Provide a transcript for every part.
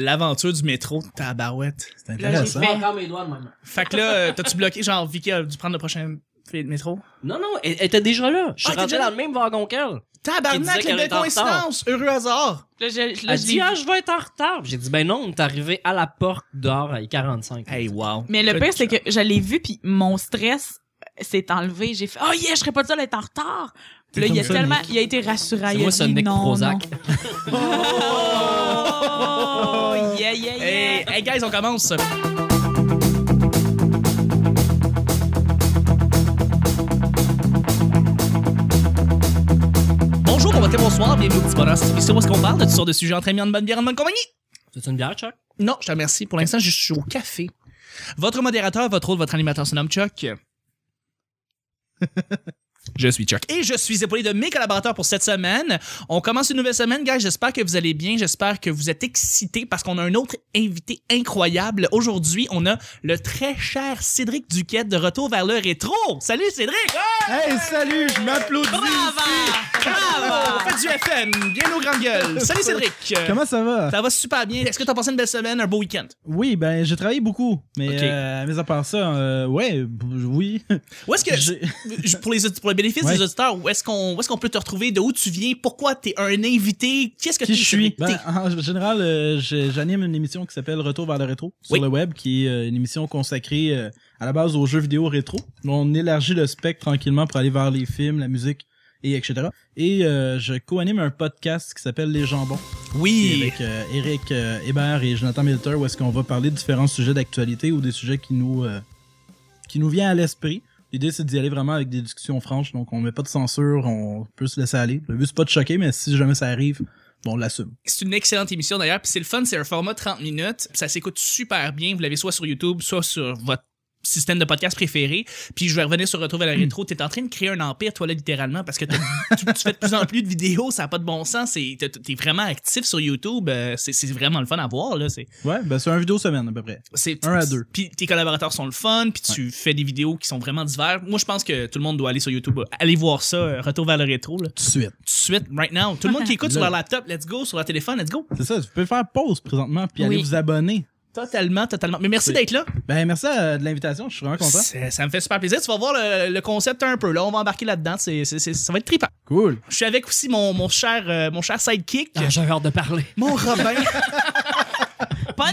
L'aventure du métro, tabarouette. C'est Là, j'ai intéressant. fait encore mes doigts de même. hein. Fait que là, euh, t'as-tu bloqué, genre, Vicky a dû prendre le prochain filet de métro? Non, non, elle elle était déjà là. Je suis Ah, t'es rentré déjà- dans le même wagon qu'elle. Qui disait Tabarnak, les qu'elle belles était en coïncidences! Heureux hasard! Là, je, là, Elle je dit, l'ai ah, vu. je vais être en retard. J'ai dit, ben non, on est arrivé à la porte dehors à 45. Hey, wow. Mais le Fait pire, c'est que je l'ai vu, puis mon stress s'est enlevé. J'ai fait, oh yeah, je serais pas le seul à être en retard. Puis là, T'es il a comme tellement, Sonic. il a été rassurant. C'est il a moi, dit, Sonic non, Prozac. non. Oh, yeah, yeah, yeah. Hey, hey, guys, on commence! Bonjour, bon matin, bonsoir, bienvenue au petit bonheur. C'est ici où est-ce qu'on parle de toutes sortes de sujets entre amis, en bonne bière, en bonne compagnie. C'est une bière, Chuck? Non, je te remercie. Pour l'instant, je suis au café. Votre modérateur, votre autre, votre animateur se nomme Chuck. je suis Chuck. Et je suis épaulé de mes collaborateurs pour cette semaine. On commence une nouvelle semaine, guys. J'espère que vous allez bien. J'espère que vous êtes excités parce qu'on a un autre invité incroyable. Aujourd'hui, on a le très cher Cédric Duquette de retour vers le rétro. Salut, Cédric! Hey, salut, je m'applaudis. Ah, Bravo! On fait du FM. Bien aux grandes gueules. Salut, Cédric! Comment ça va? Ça va super bien. Est-ce que t'as passé une belle semaine, un beau week-end? Oui, ben j'ai travaillé beaucoup, mais Ok. euh, mais à part ça, euh, ouais, b- oui. Où est-ce que J'ai- Je- pour les audi- pour le bénéfice Ouais. des auditeurs, où est-ce qu'on où est-ce qu'on peut te retrouver, de où tu viens, pourquoi t'es un invité, qu'est-ce que Qui tu je suis? Ben, en général, euh, j'ai- j'anime une émission qui s'appelle Retour vers le rétro sur Oui. le web, qui est euh, une émission consacrée euh, à la base aux jeux vidéo rétro. On élargit le spectre tranquillement pour aller vers les films, la musique et etc. Et euh, je co-anime un podcast qui s'appelle Les Jambons. Et Oui, avec euh, Eric euh, Hébert et Jonathan Milter où est-ce qu'on va parler de différents sujets d'actualité ou des sujets qui nous euh, qui nous viennent à l'esprit. L'idée c'est d'y aller vraiment avec des discussions franches, donc on met pas de censure, on peut se laisser aller. Le but c'est pas de choquer, mais si jamais ça arrive, bon, on l'assume. c'est une excellente émission d'ailleurs, puis c'est le fun, c'est un format 30 minutes, puis ça s'écoute super bien, vous l'avez soit sur YouTube, soit sur votre système de podcast préféré, puis je vais revenir sur Retour à Hmm. la rétro, t'es en train de créer un empire toi là littéralement parce que t'as- tu, tu fais de plus en plus de vidéos, ça a pas de bon sens, c'est t'es- t'es vraiment actif sur YouTube, euh, c'est c'est vraiment le fun à voir là, c'est Ouais, ben c'est un vidéo semaine à peu près. C'est Un à deux. Puis tes collaborateurs sont le fun, puis tu fais des vidéos qui sont vraiment divers. Moi, je pense que tout le monde doit aller sur YouTube, euh, aller voir ça, euh, retour vers le rétro, là. Tout Tout de suite. de suite, right now. Tout le monde qui écoute Là. sur leur laptop, let's go, sur leur téléphone, let's go. C'est ça, vous pouvez faire pause présentement puis Oui. aller vous abonner. Totalement, totalement. Mais merci Oui. d'être là. Ben merci euh, de l'invitation, je suis vraiment content. C'est- Ça me fait super plaisir. Tu vas voir le, le concept un peu. Là, on va embarquer là-dedans. C'est, c'est- c'est- ça va être trippant. Cool. Je suis avec aussi mon, mon cher, euh, mon cher sidekick. Ah, j'avais hâte de parler. Mon Robin. Pas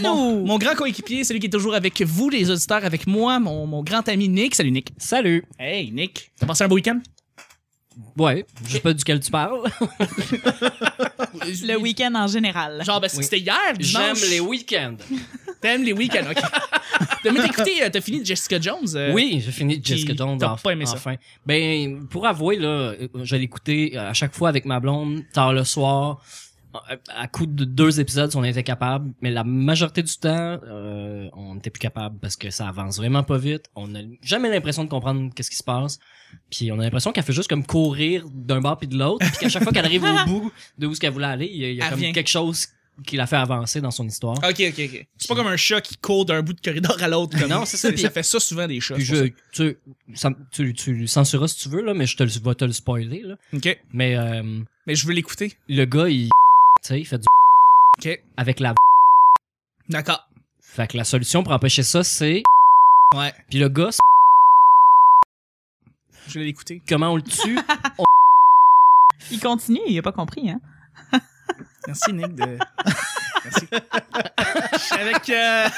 mon, nous. mon grand coéquipier, celui qui est toujours avec vous, les auditeurs, avec moi, mon, mon grand ami Nick. Salut Nick. Salut. Hey Nick. T'as passé un beau week-end? Ouais, je sais pas duquel tu parles. Le week-end en général. Genre, ben, Oui. c'était hier, J'aime dimanche. les week-ends. T'aimes les week-ends, ok. T'as- mais t'as écouté, euh, t'as fini Jessica Jones. euh, oui, j'ai fini puis Jessica Jones t'as en- pas aimé ça. enfin. Ben, pour avouer, là, euh, je l'écoutais euh, à chaque fois avec ma blonde, tard le soir, euh, à coup de deux épisodes, si on était capable, mais la majorité du temps, euh, on n'était plus capable parce que ça avance vraiment pas vite. On n'a jamais l'impression de comprendre qu'est-ce qui se passe. Puis on a l'impression qu'elle fait juste comme courir d'un bord puis de l'autre, puis qu'à chaque fois qu'elle arrive au bout de où ce qu'elle voulait aller, il y a, il y a Elle comme revient. quelque chose qui la fait avancer dans son histoire. Ok, ok, ok. C'est pas comme un chat qui court d'un bout de corridor à l'autre. comme- Non, c'est ça, Ça puis- fait ça souvent des chats. Puis c'est pour je, tu, ça- tu, tu le censureras si tu veux, là, mais je te le, vais te le spoiler. Là. ça. Ok. Mais euh, Mais je veux l'écouter. le gars, il, tu sais, il fait du Ok. avec la D'accord. Fait que la solution pour empêcher ça, c'est... Ouais. Puis le gars, c'est Je vais l'écouter. comment on le tue? Il continue, il a pas compris, hein. Merci, Nick, de. Merci. Je suis avec. euh,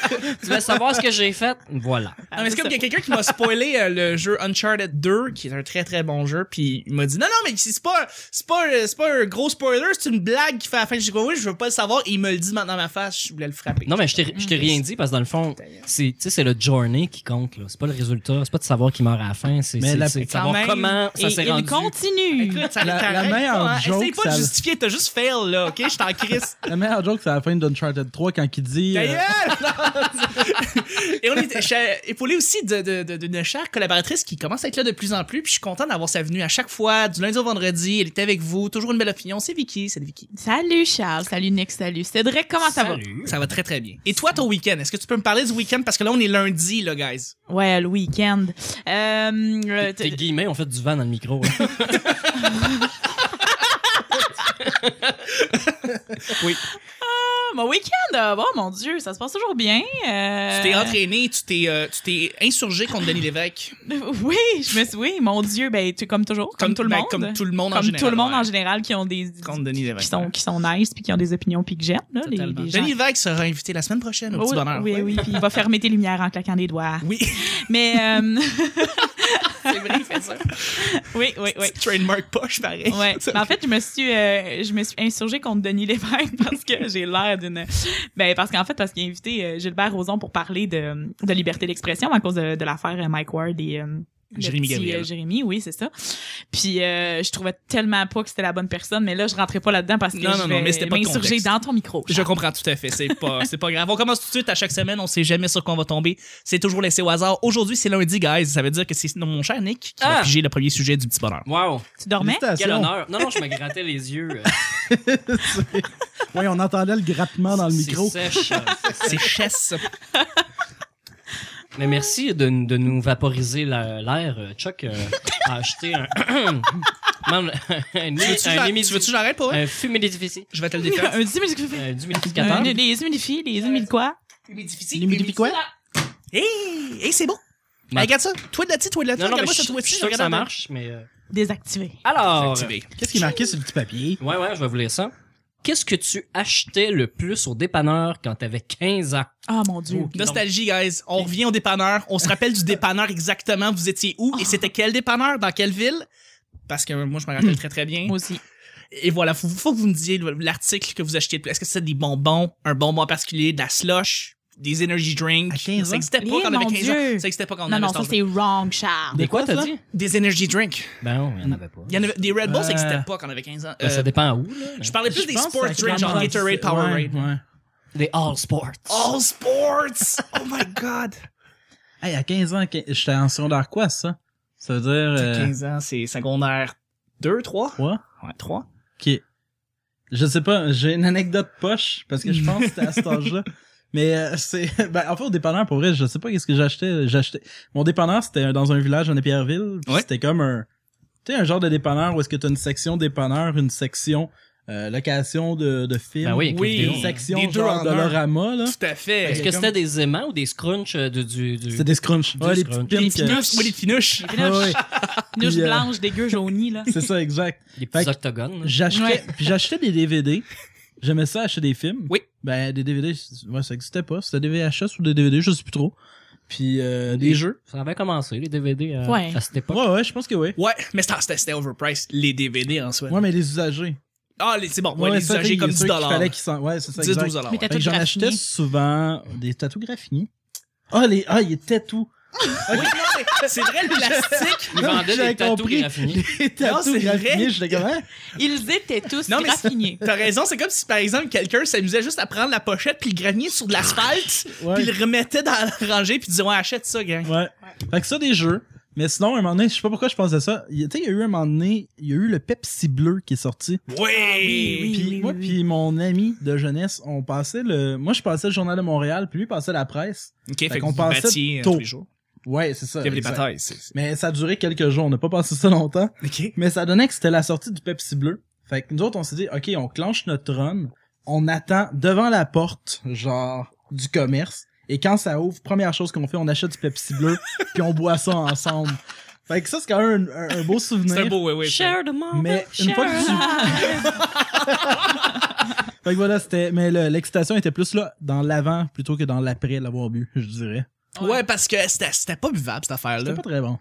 tu veux savoir ce que j'ai fait? Voilà. Non, mais est-ce qu'il y a quelqu'un qui m'a spoilé euh, le jeu Uncharted 2, qui est un très très bon jeu, puis il m'a dit non non mais c'est pas c'est pas euh, c'est pas un gros spoiler, c'est une blague qui fait à la fin. J'ai dit oui, je veux pas le savoir. Et il me le dit maintenant dans ma face, je voulais le frapper. Non, mais je t'ai je t'ai rien dit parce que dans le fond, c'est tu sais, c'est le journey qui compte. là. C'est pas le résultat. C'est pas de savoir qui meurt à la fin. C'est Mais c'est- la- c'est de Quand savoir même, comment ça Et s'est il rendu. continue. Écoute, ça La- la t'arrête meilleure pas, hein. joke, Essaye pas de ça- justifier, t'as juste fail là, ok? Je t'en crisse. La meilleure joke c'est à la fin d'Uncharted 3 quand il dit euh, Ta gueule! Et on est je suis épaulé aussi de- de- de- d'une chère collaboratrice qui commence à être là de plus en plus, puis je suis content d'avoir sa venue à chaque fois, du lundi au vendredi. Elle était avec vous, toujours une belle opinion. C'est Vicky, c'est Vicky. Salut Charles, salut Nick, salut Cédric, comment ça Salut. Ça va très très bien. Et toi, ton week-end, est-ce que tu peux me parler du week-end? Parce que là, on est lundi, là, guys. va? Ouais, le week-end. Euh, le- Tes guillemets ont fait du vent dans le micro. hein. oui. mon week-end, euh, bon, mon Dieu, ça se passe toujours bien. euh, Tu t'es entraîné, tu t'es euh, tu t'es insurgé contre Denis Lévesque. Oui, je me suis, oui, mon Dieu, ben, tu comme toujours, comme, tout le ben, monde. Comme tout le monde en Comme général. tout le monde en ouais. général qui ont des. Contre Denis Lévesque. qui sont, ouais. qui sont nice puis qui ont des opinions puis que j'aime, là. Les, Totalement. les gens- Denis Lévesque sera invité la semaine prochaine au Oh, petit bonheur. Oui, oui, puis il va fermer tes lumières en claquant des doigts. Oui, Mais, euh, c'est vrai, il fait ça. oui, oui, oui. Trademark poche, pareil. Ouais. Mais en fait, je me suis, euh, je me suis insurgée contre Denis Lévesque parce que j'ai l'air d'une, ben parce qu'en fait parce qu'il a invité euh, Gilbert Rozon pour parler de, de liberté d'expression à cause de, de l'affaire euh, Mike Ward et euh, le Jérémy petit, Gabriel. euh, Jérémy, oui, c'est ça. Puis euh, je trouvais tellement pas que c'était la bonne personne, mais là je rentrais pas là-dedans parce que Non, je non, non, vais mais c'était pas de m'insurger contexte. dans ton micro. Je Charles. comprends tout à fait, c'est pas, c'est pas grave. On commence tout de suite à chaque semaine, on sait jamais sur quoi on va tomber. C'est toujours laissé au hasard. Aujourd'hui, c'est lundi, guys. Ça veut dire que c'est non, mon cher Nick qui va Ah! piger le premier sujet du petit bonheur. Wow. Tu dormais? Quel Félicitations. honneur. Non, non, je me grattais les yeux. euh, Ouais, on entendait le grattement dans le c'est micro. sèche, euh, C'est chasse. Mais merci de, de nous vaporiser la- l'air. euh, Chuck euh, a acheté un. Man, un, Tu veux-tu que un, j'arrête- Euh, humidi- tu veux-tu que j'arrête pour vrai? un euh, fumidifici- Je vais te le défaire. Un dix minutes. un Un- humidificateur. Les humidifiés, les humides quoi? Humidifie. L'humidifie quoi? Hey, hey, c'est bon. Ma- Hey, regarde ça. Tweet là-dessus, tweet là-dessus. Non, non, mais Regarde-moi je ça, je tweet suis sûr que ça marche, Ah, mais. euh, Désactivés. Alors. euh, Activé. Qu'est-ce qui est marqué sur le petit papier? Ouais, ouais, je vais vous lire ça. Qu'est-ce que tu achetais le plus au dépanneur quand t'avais 15 ans? Ah mon dieu. Oh. Nostalgie, guys. On revient au dépanneur. On se rappelle du dépanneur exactement. Vous étiez où et c'était quel dépanneur, dans quelle ville? Parce que moi, je me rappelle très, très bien. Moi aussi. Et voilà, faut, faut que vous me disiez l'article que vous achetez. le plus. Est-ce que c'est des bonbons, un bonbon en particulier, de la slush, des energy drinks? À 15 ans? Ça existait pas Eh, quand on mon avait 15 ans. Dieu! Ça existait pas quand on Non, avait non, cet ça âge-là. c'est wrong, Charles. Des quoi, ça? Des energy drinks. Ben non, il n'y en avait pas. Il y en avait, des Red Bull, ça Euh, existait pas quand on avait 15 ans. Ben, Euh, ça dépend où, là. je parlais plus Je des pense sports que ça drinks, genre commence- Gatorade, Powerade. Ouais, ouais. Des All Sports. All sports! Oh my god! Hey, à 15 ans, qu- j'étais en secondaire quoi, ça? Ça veut dire... T'as euh, 15 ans, c'est secondaire 2, 3? quoi? Ouais, 3. Ok. Je sais pas, j'ai une anecdote poche, parce que je pense que c'était à cet âge-là. Mais euh, c'est... Ben, en fait, au dépanneur, pour vrai, je sais pas qu'est-ce que j'achetais. euh, J'achetais... Mon dépanneur, c'était dans un village en Épierreville. puis Ouais. C'était comme un... Tu sais, un genre de dépanneur où est-ce que t'as une section dépanneur, une section euh, location de, de films. Ben oui, Oui. Une section Des deux genre en un. Dolorama, là. Tout à fait. Est-ce que c'était des aimants ou des scrunchs euh, du. du, du- C'était des scrunchs. Des Ouais, les scrunchs. petites Des pins que- finuches, oui, des finuches. Des Ah finuches. ouais, Nuge Puis, euh, blanche, dégueu, jaunie, là. c'est ça, exact. des Fait petits que- octogones. là. J'achetais, Ouais. puis j'achetais des DVD. J'aimais ça acheter des films. Oui. Ben des DVD, c- ouais, ça existait pas. C'était des VHS ou des DVD, je sais plus trop. Puis euh, des Des- jeux. Ça avait commencé, les DVD, à, Ouais. euh, à cette époque. Ouais ouais, je pense que oui. Ouais, mais c'était- c'était c'était overpriced, les DVD en soi. Ouais, mais les usagers. Ah, les- c'est bon, ouais, Ouais, les ça, usagers t'sais, comme il y a 10 ceux qu'il dollars. fallait qu'ils s'en- Ouais, c'est ça 10 exact. 12 dollars. Mais t'as Fait que j'en Graffiné. achetais souvent des tatouographies. Ah les ah, il était tout. Oui, non, mais c'est vrai, le plastique. Ils vendaient des tatous raffinés. Les vrai. tatouographies, je comme hein? Ils étaient tous Non, mais- raffinés. T'as raison, c'est comme si par exemple quelqu'un s'amusait juste à prendre la pochette puis le grenier sur de l'asphalte, Ouais. puis le remettait dans la rangée puis disait ouais achète ça gang. Ouais. Fait que ça, des jeux. Mais sinon, à un moment donné, je sais pas pourquoi je pensais ça. Il- Tu sais, il y a eu un moment donné, il y a eu le Pepsi bleu qui est sorti. Ah Oui. oui, puis oui, moi oui. puis mon ami de jeunesse, on passait le moi je passais le journal de Montréal, puis lui passait la presse. Ok, fait, qu'on qu'on Euh, pensait battiez euh, tôt. tous les jours. Ouais, c'est ça. Il y avait des exact. batailles. c'est- c'est- Mais ça a duré quelques jours, on n'a pas passé ça longtemps, Ok. mais ça donnait que c'était la sortie du Pepsi bleu. Fait que nous autres on s'est dit OK, on clenche notre run, on attend devant la porte genre du commerce et quand ça ouvre, première chose qu'on fait, on achète du Pepsi bleu puis on boit ça ensemble. Fait que ça c'est quand même un, un- un beau souvenir. C'est un beau ouais ouais. ça. the moment. Mais une fois que tu Fait que voilà, c'était. Mais le- l'excitation était plus là dans l'avant plutôt que dans l'après l'avoir bu, je dirais. Ouais parce que c'était c'était pas buvable cette affaire là. C'était pas très bon.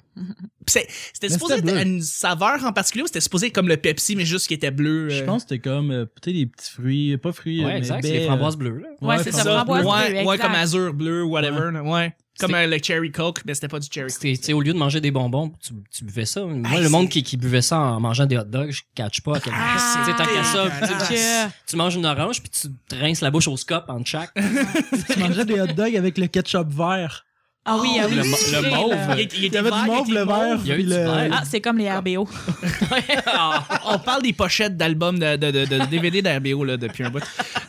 C'était Mais supposé c'était être bleu. une saveur en particulier ou c'était supposé être comme le Pepsi mais juste qui était bleu. Je euh, pense que c'était comme euh, peut-être des petits fruits, pas fruits, euh, Ouais, mais exact. C'est baies, les framboises bleues, là. euh, Ouais, c'est ça, framboises framboises bleues. ouais, bleues, ouais exact. comme azur bleu whatever là, ouais. Comme euh, le cherry coke mais c'était pas du cherry. Coke. C'était- tu sais, au lieu de manger des bonbons, tu, tu buvais ça. Moi, Hey, le monde c'est- qui, qui buvait ça en mangeant des hot dogs, je catch pas. à Quel... Ah, point. Tu sais, tant qu'à ça, dégueulasse. tu- tu manges une orange puis tu te rinces la bouche au scope en chaque. Tu mangeais des hot dogs avec le ketchup vert. Ah oui, ah oui. Le mo- c'est le vrai, mauve. là. Il, il Il y avait du vert, mauve, était le mauve. vert. Il y a eu puis du le- vert. Ah, c'est comme les RBO. Ah, On parle des pochettes d'albums de, de, de, de DVD d'RBO là, depuis un bout.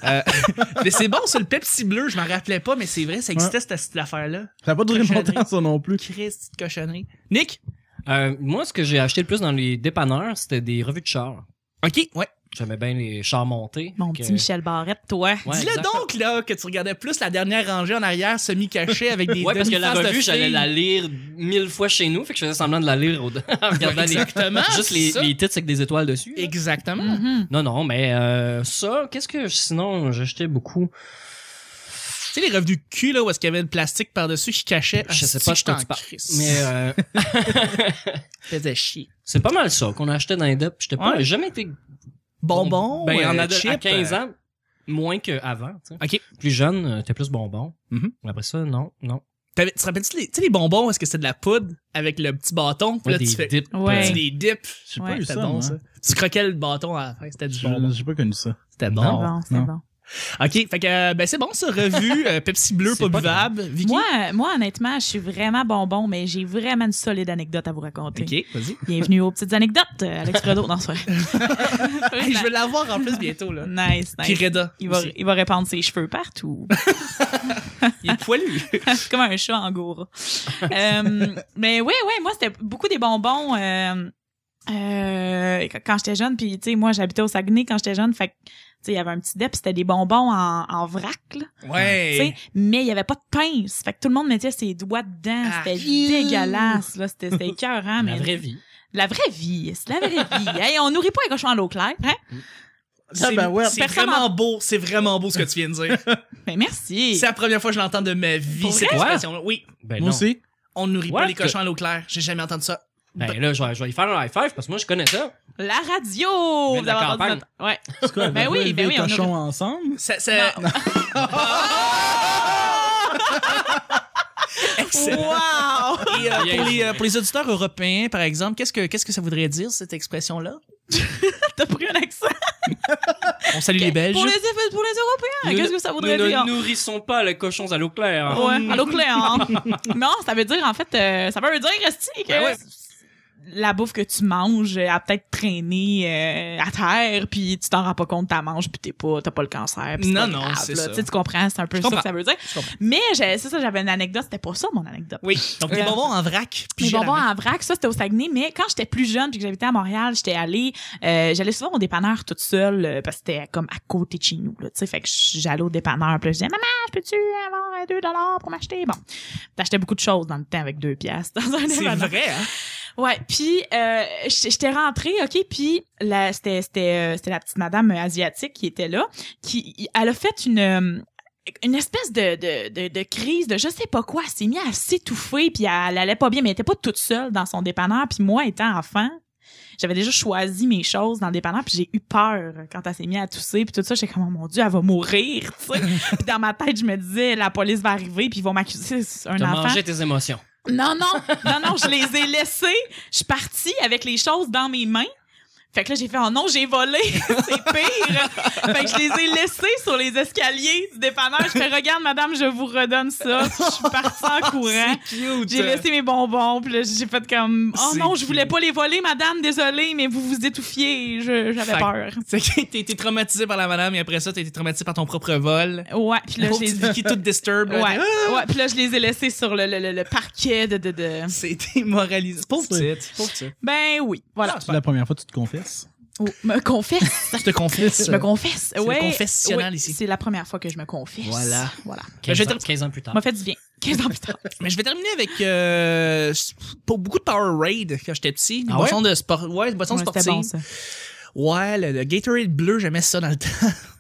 Euh, mais c'est bon, c'est le Pepsi bleu, je m'en rappelais pas, mais c'est vrai, ça existait cette, cette affaire-là. Ça n'a pas duré Cochonnerie. longtemps, ça non plus. Christ, cochonnerie. Nick? Euh, moi, ce que j'ai acheté le plus dans les dépanneurs, c'était des revues de char. OK, ouais. J'aimais bien les chars montés. Mon que- petit Michel Barrette, toi. Ouais, Dis-le exactement. donc, là, que tu regardais plus la dernière rangée en arrière, semi-cachée, avec des Ouais, parce que la demi-faces de revue, j'allais filles. la lire mille fois chez nous, fait que je faisais semblant de la lire au- en regardant les, Exactement, juste c'est les, ça. les titres avec des étoiles dessus. là. Exactement. Non, non, mais euh, ça, qu'est-ce que sinon j'achetais beaucoup? Tu sais, les revenus cul, là, où est-ce qu'il y avait le plastique par-dessus qui cachait. Je sais Asti, pas que de quoi t'en tu parles. crisse. Mais euh, faisait chier. c'est pas mal ça qu'on achetait dans les DEP. J'étais pas, Ouais. j'ai jamais été Bonbons, Ben, en euh, ado- à chips, 15 euh, ans, moins qu'avant. tu sais. OK. Plus jeune, euh, t'es plus bonbon. Mhm. Après ça, non, non. T'avais- Tu te rappelles-tu les, tu sais, les bonbons, où est-ce que c'était de la poudre avec le petit bâton? Puis là, des euh, tu fais dips, Ouais. tu des dips. J'ai Ouais, pas eu C'était ça, bon, moi. ça. Tu croquais le bâton à la fin, c'était du bonbon. Je- J'ai pas connu ça. C'était C'est bon. bon, c'est non. bon. OK, fait que, euh, ben, c'est bon, ça. Revue, euh, Pepsi bleu, C'est pas, pas buvable. Vicky? Moi, moi, honnêtement, je suis vraiment bonbon, mais j'ai vraiment une solide anecdote à vous raconter. OK, vas-y. Bienvenue aux petites anecdotes, euh, Alex Fredo. Non, c'est vrai. Hey, je vais l'avoir en plus bientôt, là. ben- Nice, Puis nice. Reda. Il va, aussi. il va répandre ses cheveux partout. Il est poilu. C'est comme un chat en gourre. Euh, mais ouais, ouais, moi, c'était beaucoup des bonbons euh, euh, qu- quand j'étais jeune. Puis, tu sais, moi, j'habitais au Saguenay quand j'étais jeune. Fait que, tu sais, il y avait un petit dep, c'était des bonbons en, en vrac, là, tu sais, Ouais. mais il y avait pas de pince. Fait que tout le monde mettait ses doigts dedans. C'était Ah, dégueulasse, là. C'était c'était écœurant, Ah, mais. la vraie vie. La vraie vie. C'est la vraie vie. Hey, on nourrit pas un cochon à l'eau claire, hein? C'est ben ouais. c'est ah, Personne vraiment beau, c'est vraiment beau ce que tu viens de dire. Mais merci. C'est la première fois que je l'entends de ma vie, Pour cette vrai? expression-là. Oui, Ben Moi non. aussi. on nourrit pas What? les cochons à l'eau claire. J'ai jamais entendu ça. Ben là, je vais, je vais y faire un high five parce que moi, je connais ça. La radio! Mais Vous la avez entendu campagne. notre- Ouais. C'est quoi, Ben avoir oui, élevé ben oui, les on cochons ensemble? Ça, ça... Excellent. Wow! Et, euh, pour, les, euh, pour les auditeurs européens, par exemple, qu'est-ce que qu'est-ce que ça voudrait dire, cette expression-là? T'as pris un accent. On salue les Belges. Pour les, effets- pour les Européens, Nous Ah, qu'est-ce ne- que ça voudrait nous dire? ne nourrissons pas les cochons à l'eau claire. Ouais, à l'eau claire. hein. non, ça veut dire, en fait, euh, ça veut dire, Esti, que Ben ouais. la bouffe que tu manges euh, a peut-être traîné euh, à terre, puis tu t'en rends pas compte, t'as manges, puis t'es pas, t'as pas le cancer. puis Non, pas non, grave, c'est là. ça. Tu sais, tu comprends, c'est un peu Je ça que comprends. ça veut dire. Je comprends. Mais j'ai- c'est ça, j'avais une anecdote, c'était pas ça mon anecdote. Oui, donc des Euh, bonbons en vrac. puis Les j'ai la bonbons main. en vrac, ça c'était au Saguenay, mais quand j'étais plus jeune puis que j'habitais à Montréal, j'étais allée, euh, j'allais souvent au dépanneur toute seule euh, parce que c'était comme à côté de chez nous, là, tu sais, fait que j'allais au dépanneur, puis là, je disais maman, je peux-tu avoir euh, 2 dollars pour m'acheter Bon, t'achetais beaucoup de choses dans le temps avec deux pièces dans un C'est dépanneur. vrai, hein? Ouais, puis euh, j- j'étais rentrée, OK, puis la c'était c'était euh, c'était la petite madame asiatique qui était là qui elle a fait une euh, une espèce de, de, de, de crise de je sais pas quoi, elle s'est mise à s'étouffer puis elle, elle allait pas bien mais elle était pas toute seule dans son dépanneur puis moi étant enfant, j'avais déjà choisi mes choses dans le dépanneur puis j'ai eu peur quand elle s'est mise à tousser puis tout ça, j'étais comme oh mon dieu, elle va mourir, tu sais. puis dans ma tête, je me disais la police va arriver puis ils vont m'accuser c'est un T'as enfant. mangé tes émotions. Ben, Non, non, non, non, je les ai laissés. Je suis partie avec les choses dans mes mains. Fait que là, j'ai fait, oh non, j'ai volé. C'est pire. fait que je les ai laissés sur les escaliers du dépanneur. Je fais, regarde, madame, je vous redonne ça. Puis Je suis partie en courant. cute. J'ai laissé mes bonbons, puis là, j'ai fait comme, oh C'est non, je voulais cute. pas les voler, madame, désolée, mais vous vous étouffiez. Je- J'avais Fait- peur. C'est que t'as été traumatisé par la madame et après ça, t'as été traumatisé par ton propre vol. Oh, Ouais, puis là, Pauvre je les petite Vicky toute disturb. Ouais, là, t'es, ah! ouais, puis là, je les ai laissés sur le, le, le- le parquet de, de, de- C'est démoralisé. Pauvre C'est- petite. Pauvre petite. Ben oui, voilà. Ah, C'est la première fois que tu te confesses. Oh, me confesse. Je te confesse. Je me confesse. le ouais, confessionnal ouais, ici. C'est la première fois que je me confesse. Voilà. Ah. Voilà. Ça 15, je vais ans, 15 ans plus tard. m'a fait du bien. 15 ans plus tard. Mais je vais terminer avec euh, pas beaucoup de Powerade quand j'étais petit. Une Ah ouais? boisson de sport, ouais, une boisson Ouais, sportive. c'était bon, ça. Ouais, le, le Gatorade bleu, j'aimais ça dans le temps.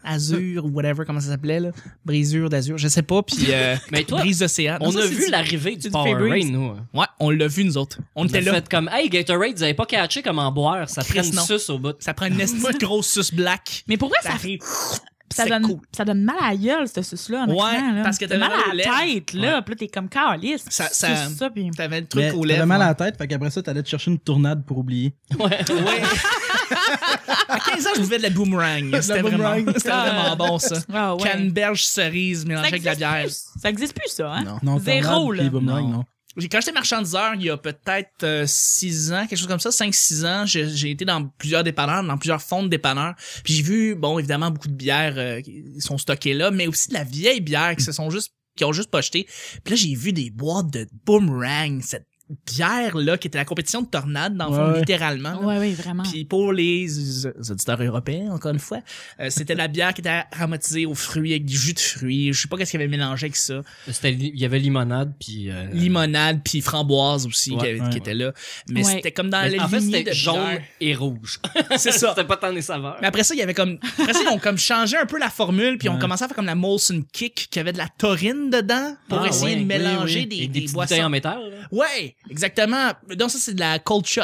Azur ou whatever, comment ça s'appelait là, brisure d'azur, je sais pas. Puis euh, Mais toi, brise d'océan. Non, on ça, a c'est vu du- l'arrivée du du Power Febreze. Rain, nous. hein. Ouais, on l'a vu nous autres. On On était là. fait comme, hey, Gatorade, vous avez pas catché comment boire, ça Chris, prend une non. suce au bout. Ça prend une estimate grosse suce black. Mais pour vrai, ça, arrive. ça, c'est donne, cool. ça donne mal à la gueule, ce suce-là. Ouais, honnêtement, là. parce que t'as mal mal aux à la lèvres. tête, là. Puis là, t'es comme calice. Ça- Tu ça- suces ça, puis- T'avais le truc Mais au t'avais lèvres. hein. mal à ouais. la tête, fait qu'après ça, t'allais te chercher une tournade pour oublier. Ouais. à 15 ans, je buvais de la boomerang. C'était vraiment, boomerang. c'était vraiment bon, ça. Ah ouais. Canneberge cerise Ça mélangée avec de la existe bière. plus. Ça existe plus, ça, hein? Non, Zéro, tournade, là. puis boomerang, Non. non. J'ai- Quand j'étais marchandiseur, il y a peut-être 6 ans, quelque chose comme ça, 5-6 ans, j'ai j'ai été dans plusieurs dépanneurs, dans plusieurs fonds de dépanneurs. Puis j'ai vu, bon, évidemment, beaucoup de bières euh, qui sont stockées là, mais aussi de la vieille bière qui se sont juste qui ont juste pas jeté. Puis là, j'ai vu des boîtes de boomerang, cette bière là qui était la compétition de tornade dans le Ouais, fond ouais. littéralement. là. Ouais, oui, vraiment. Puis pour les auditeurs européens, encore une fois, euh, c'était la bière qui était aromatisée aux fruits avec du jus de fruits. Je sais pas qu'est-ce qu'il y avait mélangé avec ça. C'était li- il y avait limonade puis euh, Limonade puis framboise aussi qui, Ouais, avait- ouais, qui ouais. était là. Mais Ouais. c'était comme dans mais la en fait, lignée c'était de jaune bière. et rouge. C'est ça. c'était pas tant des saveurs. Mais après ça, il y avait comme après ça, ils ont comme changé un peu la formule puis ils ont Ouais. commencé à faire comme la Molson Kick qui avait de la taurine dedans pour Ah, essayer ouais, de oui, mélanger oui. des, Et des petites boissons. bouteilles en métal. là. Ouais, exactement. Donc ça c'est de la cold shot.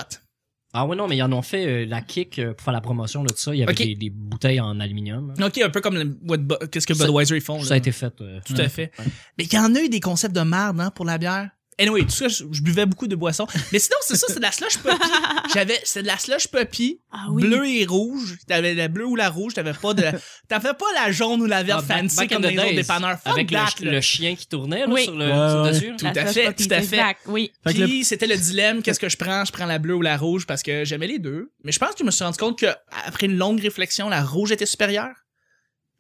Ah ouais non, mais ils en ont fait euh, la kick euh, pour faire la promotion là, de ça. Il y avait Ok. des, des bouteilles en aluminium. là. OK, un peu comme le- what Bu- qu'est-ce que Ça- Budweiser ils font Ça là. a été fait. euh, Tout à fait. Mais il y en a eu des concepts de merde hein, pour la bière. Anyway, tout ça, je, je buvais beaucoup de boissons. Mais sinon, c'est ça, c'est de la slush puppy. J'avais, c'est de la slush puppy, Ah oui. bleu et rouge. T'avais la bleue ou la rouge, t'avais pas de, t'avais pas la jaune ou la verte Ah, back- fancy back in comme the dans les autres days, dépanneurs. Fuck Avec le, that, ch- là. le chien qui tournait là, Oui. sur le Ouais, sur le ouais. dessus. là. Tout à La sauce fait, potée, tout à fait. exact, oui. Fait que Puis c'était le dilemme, qu'est-ce que je prends? Je prends la bleue ou la rouge parce que j'aimais les deux. Mais je pense que je me suis rendu compte que après une longue réflexion, la rouge était supérieure.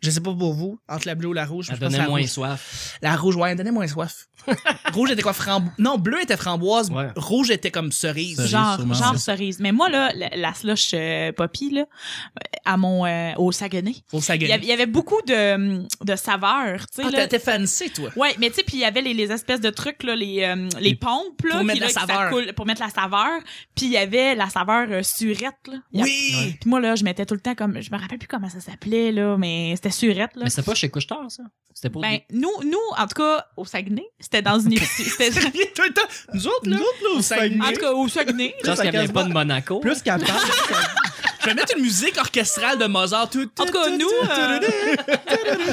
Je sais pas pour vous, entre la bleue ou la rouge. Elle je pense que donnait la moins rouge- soif. La rouge, ouais, elle donnait moins soif. rouge était quoi? Framboise? Non, bleu était framboise. Ouais. Rouge était comme cerise. Cerise, genre sûrement, genre ouais. cerise mais moi là la, la slush euh, poppy là à mon euh, au Saguenay Au il y avait, Saguenay. il y avait beaucoup de de saveurs tu sais Ah, là. t'es- t'es fancy, toi. Ouais, mais tu sais, puis il y avait les, les espèces de trucs, là, les, euh, les Les- pompes, là, pour mettre qui, là, la que ça saveur. coule- pour mettre la saveur. Puis il y avait la saveur euh, surette, là. Il y a- Oui! Puis moi, là, je mettais tout le temps comme, je me rappelle plus comment ça s'appelait, là, mais c'était surette, là. Mais c'est pas chez Couchetard, ça. C'était pour Ben, nous, nous, en tout cas, au Saguenay, c'était dans une épicerie. c'était- Tout le temps. Nous autres, là, au Saguenay. en tout cas, au Saguenay. Je pense ça qu'elle vient casse pas pas. de Monaco. Plus qu'à part, Je vais mettre une musique orchestrale de Mozart. Tout, En tout cas, nous, euh,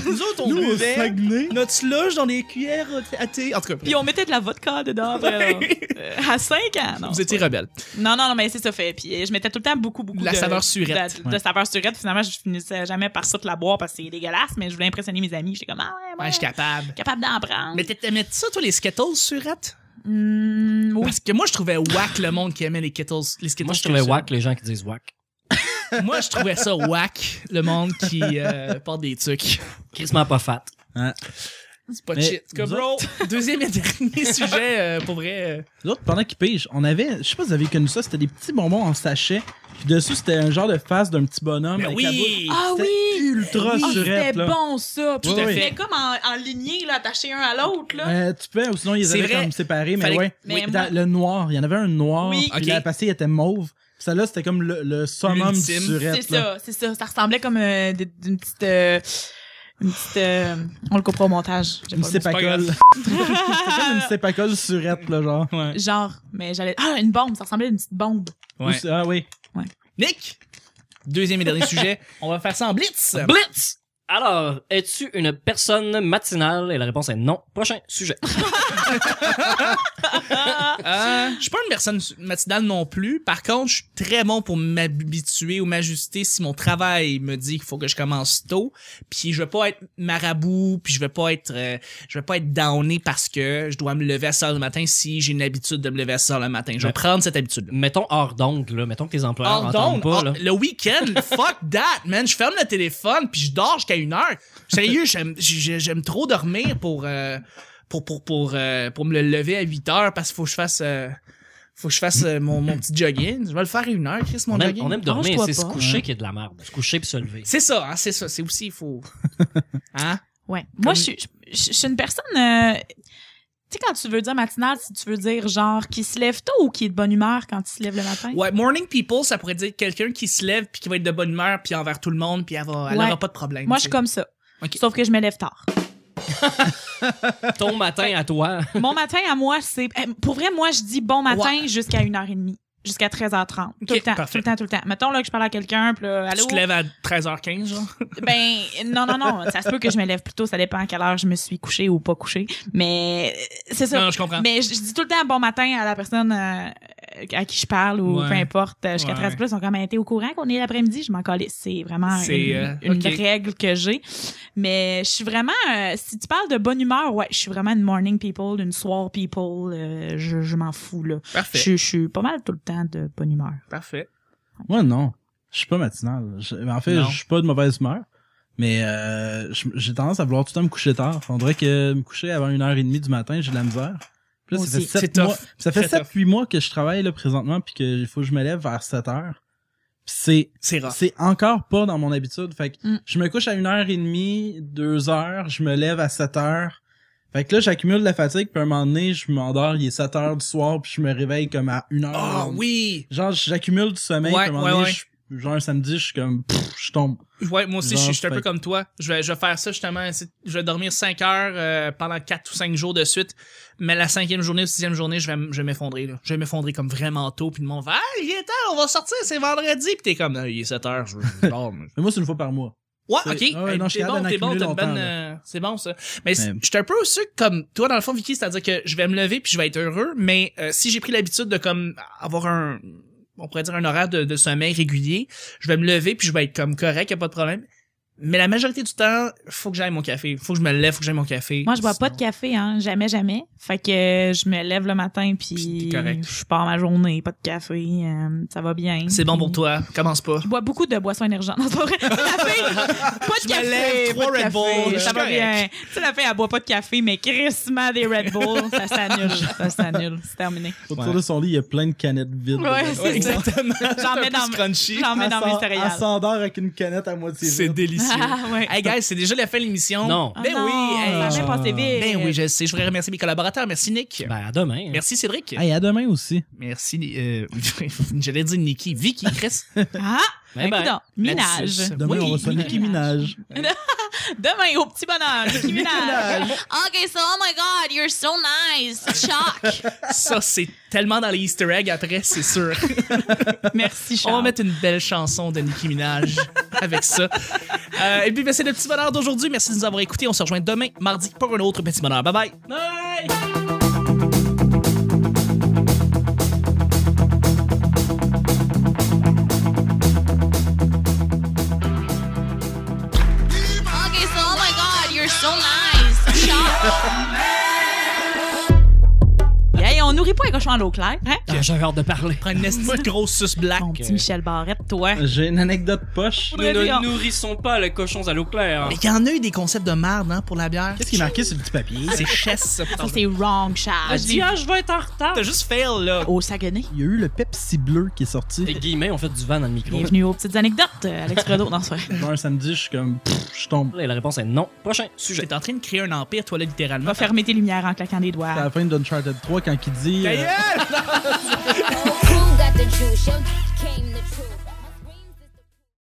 nous autres, on nous, au buvait Saguenay, notre slush dans des cuillères à thé. En tout cas, puis on mettait de la vodka dedans, après, euh, à 5 ans, non. vous étiez rebelle. Non, non, non, mais c'est ça fait. Puis euh, je mettais tout le temps beaucoup, beaucoup La de saveur surette. De, de Ouais. saveur surette. Finalement, je finissais jamais par ça de la boire parce que c'est dégueulasse, mais je voulais impressionner mes amis. J'étais comme, ah ouais, moi, Ouais, je suis capable. capable d'en prendre. Mais t'aimais ça, toi, les Skittles surettes? Hmm, oui. Parce que moi, je trouvais whack le monde qui aimait les Skittles. Les Skittles Moi, je trouvais surettes. whack les gens qui disent whack. Moi, je trouvais ça whack, le monde qui euh, porte des trucs. Crissement pas fat. C'est pas Mais shit. En tout cas, vous bro, deuxième et dernier sujet, euh, pour vrai. euh, Nous autres, pendant qu'ils pigent, on avait, je sais pas si vous avez connu ça, c'était des petits bonbons en sachet. Puis dessus, c'était un genre de face d'un petit bonhomme. Mais avec Ben oui! la bouche. Ah C'était oui! Ultra Ah, c'était surette, là. bon, ça. Puis Oui, tu oui. fais comme en, en lignée, là, attaché un à l'autre, là. Euh, tu peux, ou sinon, ils C'est avaient vrai. comme séparés, mais Fallait- ouais. Mais Oui, moi- dans- Le noir, il y en avait un noir, Oui. puis Ok. la pastille était mauve. Puis celle-là, c'était comme le, le summum du L'ultime. surette. c'est là. ça, c'est ça. Ça ressemblait comme euh, d- d'une petite. euh, une petite. euh, on le comprend au montage. J'ai Une pas le mot. sépacole. grave. C'était comme une sépacole surette, là, genre. Ouais. Genre, mais j'allais. Ah, une bombe. Ça ressemblait à une petite bombe. Ou c'est- Ah oui. Nick, deuxième et dernier sujet. On va faire ça en blitz. Blitz! Alors, es-tu une personne matinale? Et la réponse est non. Prochain sujet. Ah, Euh, je suis pas une personne matinale non plus. Par contre, je suis très bon pour m'habituer ou m'ajuster si mon travail me dit qu'il faut que je commence tôt. Puis je vais pas être marabout, puis je vais pas être euh, je vais pas être downé parce que je dois me lever à 6 heures le matin si j'ai une habitude de me lever à 6 heures le matin. Je vais Ouais. prendre cette habitude. Mettons hors d'onde, là. Mettons que tes employeurs Hors d'onde, entendent Ah, pas, hors- là. le week-end, fuck that, man. Je ferme le téléphone puis je dors jusqu'à une heure. Sérieux, j'aime, j'ai- j'aime trop dormir pour, euh, pour, pour, pour, euh, pour me le lever à 8 heures parce qu'il faut que je fasse, euh, faut que je fasse euh, mon, mon petit jogging. Je vais le faire à une heure, Chris, mon On aime, jogging. on aime dormir, Range-toi c'est se pas. coucher qui est de la merde. Se coucher puis se lever. C'est ça, hein, c'est ça. C'est aussi, il faut. Hein? Ouais. Moi, je suis, je, je suis une personne. euh, tu sais, quand tu veux dire matinale, si tu veux dire genre qui se lève tôt ou qui est de bonne humeur quand il se lève le matin. Ouais, morning people, ça pourrait dire quelqu'un qui se lève puis qui va être de bonne humeur puis envers tout le monde puis elle, va, elle Ouais. aura pas de problème. Moi, tu je suis sais. comme ça. Ok. Sauf que je me lève tard. Ton matin à toi. Mon matin à moi, c'est. eh, Pour vrai, moi, je dis bon matin jusqu'à 1h30, jusqu'à 13h30. Tout Ok, le temps, parfait. tout le temps, tout le temps. Mettons là, que je parle à quelqu'un, puis là, allô? Tu te lèves à 13h15, genre? Ben, non, non, non. Ça se peut que je me lève plus tôt. Ça dépend à quelle heure je me suis couchée ou pas couchée. Mais euh, c'est ça. Non, je comprends. Mais je, je dis tout le temps bon matin à la personne euh, à qui je parle ou Ouais. peu importe. euh, Jusqu'à Ouais, 13 ouais. plus, ils sont comme, t'es au courant qu'on est l'après-midi? Je m'en calisse. C'est vraiment C'est, une, euh, une ok. règle que j'ai. Mais je suis vraiment, euh, si tu parles de bonne humeur, ouais, je suis vraiment une morning people, une soir people. euh, je je m'en fous, là. Parfait. Je, je suis pas mal tout le temps de bonne humeur. Parfait. Moi, non. Je suis pas matinal. Je- en fait, Non. je suis pas de mauvaise humeur. Mais euh, je- j'ai tendance à vouloir tout le temps me coucher tard. On dirait que me coucher avant 1h30 du matin, j'ai de la misère. Puis Là, Moi ça fait aussi. C'est 7 tough. mois. Ça fait Très 7 tough. 8 mois que je travaille là présentement puis que il faut que je me lève vers 7 heures. Puis c'est C'est rare. c'est encore pas dans mon habitude. Fait que Mm. je me couche à une heure et demie, deux heures, je me lève à 7 heures. Fait que là, j'accumule de la fatigue, puis à un moment donné, je m'endors, il est 7 heures du soir, puis je me réveille comme à une heure. Ah oui! Genre, j'accumule du sommeil, Ouais, puis à un moment ouais, donné, ouais. je- genre un samedi, je suis comme, pff, je tombe. Ouais, moi aussi, Genre, je suis- je suis un peu fait- comme toi. Je vais, je vais faire ça justement. c'est- Je vais dormir 5 heures euh, pendant 4 ou 5 jours de suite. Mais la cinquième journée ou sixième journée, je vais, m- je vais m'effondrer. là. Je vais m'effondrer comme vraiment tôt. Puis le monde va Ah, il est tard, on va sortir, c'est vendredi. Puis t'es comme, Ah, il est 7 heures, je, je dors. moi. Mais moi, c'est une fois par mois. Ouais, C'est- ok. Ah ouais, Hey, non, je suis t'es bon, capable d'en t'es bon, accumuler t'as une longtemps, bonne. euh, c'est bon, ça. Mais c'est- je suis un peu aussi comme toi, dans le fond, Vicky, c'est-à-dire que je vais me lever puis je vais être heureux, mais euh, si j'ai pris l'habitude de comme avoir un. On pourrait dire un horaire de, de sommeil régulier, je vais me lever puis je vais être comme correct, y a pas de problème. Mais la majorité du temps, faut que j'aille mon café. Faut que je me lève, faut que j'aille mon café. Moi, je bois pas de café, hein. Jamais, jamais. Fait que euh, je me lève le matin, Puis puis t'es correct. je pars ma journée. Pas de café. euh, ça va bien. C'est bon Puis pour toi, commence pas. Je bois beaucoup de boissons énergentes. Non, c'est pas vrai. La fille, pas de Je me café. lève, pas trois de Red café, Bull, je Ça suis va bien. Tu sais, la fille, elle boit pas de café, mais crissement des Red Bull. Ça s'annule. ça s'annule. C'est terminé. Autour Ouais. de son lit, il y a plein de canettes vides. Ouais, Ouais, c'est ça. exactement. J'en mets dans, crunchy. j'en mets Elle dans s'en- mes elle céréales. s'endort avec une canette à moitié C'est vide. délicieux. Ah, ouais. hey guys, c'est déjà la fin de l'émission. Non. Ben Ah non, oui, hey, Ça a bien je- passé vite. Ben oui, je sais. Je voudrais remercier mes collaborateurs. Merci Nick. Ben, à demain. hein. Merci Cédric. Hey, à demain aussi. Merci. Euh, J'allais dire Nikki. Vicky, Chris. Ah, Ben, ben. écoute donc, minage. Là-dessus. Demain, Oui, on va sonner Nicki Minaj. Demain, au petit bonheur, Nicki Minaj. Okay, so oh my god, you're so nice. Shock. Ça, c'est tellement dans les Easter eggs après, c'est sûr. Merci, On Charles. va mettre une belle chanson de Nicki Minaj avec ça. Euh, et puis, ben, c'est le petit bonheur d'aujourd'hui. Merci de nous avoir écoutés. On se rejoint demain, mardi, pour un autre petit bonheur. Bye bye. Bye! Okay, so oh my god, you're so nice. Shock. Hey, on nourrit pas les cochons à l'eau claire. Hein? Ah, J'avais hâte de parler. Prends une esti de grosse suce black. Mon petit Michel Barrette, toi. J'ai une anecdote poche. Ne le nourrissons pas les cochons à l'eau claire. Mais il y en a eu des concepts de marde hein, pour la bière. Qu'est-ce qui est marqué sur le petit papier? C'est chess. Ça, c'est wrong, Charles. Ah, je vais être en retard. T'as juste fail, là. Au Saguenay. Il y a eu le Pepsi bleu qui est sorti. Les guillemets ont fait du vent dans le micro. Bienvenue aux petites anecdotes, euh, Alex Fredo, dans ce Genre, un samedi, je suis comme, pff, je tombe. Et la réponse est non. Prochain sujet. T'es en train de créer un empire, toi, là, littéralement. Va fermer tes lumières en claquant des C'est à doigts. la fin d'Uncharted 3 quand il dit. euh, Ta gueule! Who got the juice? Your came the truth.